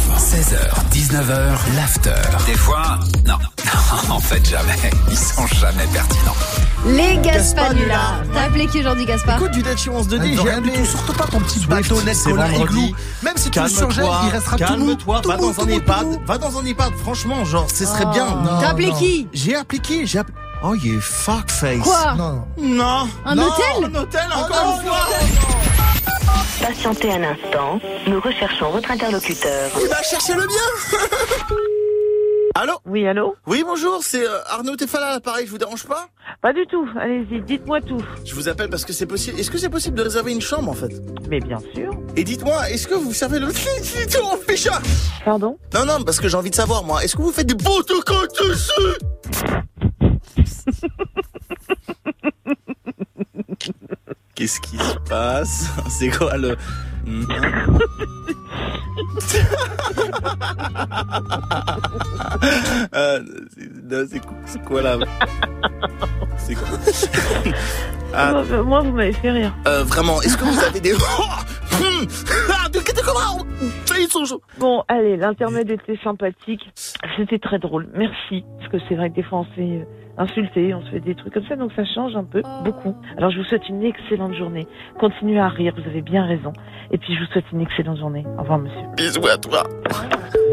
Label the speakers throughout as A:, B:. A: 16h, 19h, l'after.
B: Des fois, non. en fait, jamais. Ils sont jamais pertinents.
C: Les
D: Gaspanula.
C: Gaspanula. T'as appelé qui aujourd'hui, Gaspard
D: Écoute, du Dachi 11-2D,
E: Attends,
D: j'ai
E: Ah. rien
D: appelé.
E: du tout, surtout pas ton petit bateau net
D: c'est
E: collant
D: vendredi.
E: igloo. Même si tu le
D: Calme-toi,
E: surgèles, il restera tout mou.
D: calme-toi,
E: tout
D: va
E: mou,
D: dans
E: tout
D: un
E: mou, tout
D: EHPAD,
E: mou. Va dans un EHPAD, franchement, genre, ce serait
C: Oh.
E: bien.
C: Non, T'as appelé non. qui
E: J'ai appelé qui J'ai appelé... Oh, you fuckface.
C: Quoi
E: Non.
D: Non,
E: Non.
C: Un
E: Non,
C: hôtel
E: Un hôtel, Ah, encore une fois
F: Patientez un instant, nous recherchons votre interlocuteur.
E: Il va chercher le bien Allô
G: Oui, allô
E: Oui, bonjour, c'est euh, Arnaud Tefala, pareil, je vous dérange pas
G: Pas du tout, allez-y, dites-moi tout.
E: Je vous appelle parce que c'est possible. Est-ce que c'est possible de réserver une chambre, en fait
G: Mais bien sûr.
E: Et dites-moi, est-ce que vous servez le tour en pécha
G: Pardon
E: Non, non, parce que j'ai envie de savoir, moi, est-ce que vous faites des beaux dessus Qu'est-ce qui se passe C'est quoi le... Euh, c'est- non, c'est quoi- c'est quoi là C'est quoi Ah.
G: Moi, euh, Moi, vous m'avez fait rire.
E: euh, Vraiment, est-ce que vous avez des... Ah, de Ils sont chauds
G: Bon, allez, l'intermède était sympathique. C'était très drôle, merci. Parce que c'est vrai que des fois, on se fait euh, insulter, on se fait des trucs comme ça, donc ça change un peu, beaucoup. Alors, je vous souhaite une excellente journée. Continuez à rire, vous avez bien raison. Et puis, je vous souhaite une excellente journée. Au revoir, monsieur.
E: Bisous à toi.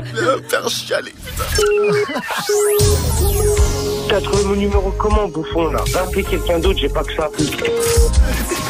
E: Je vais me faire chialer.
H: T'as trouvé mon numéro comment, bouffon, là Va appeler quelqu'un d'autre, j'ai pas que ça.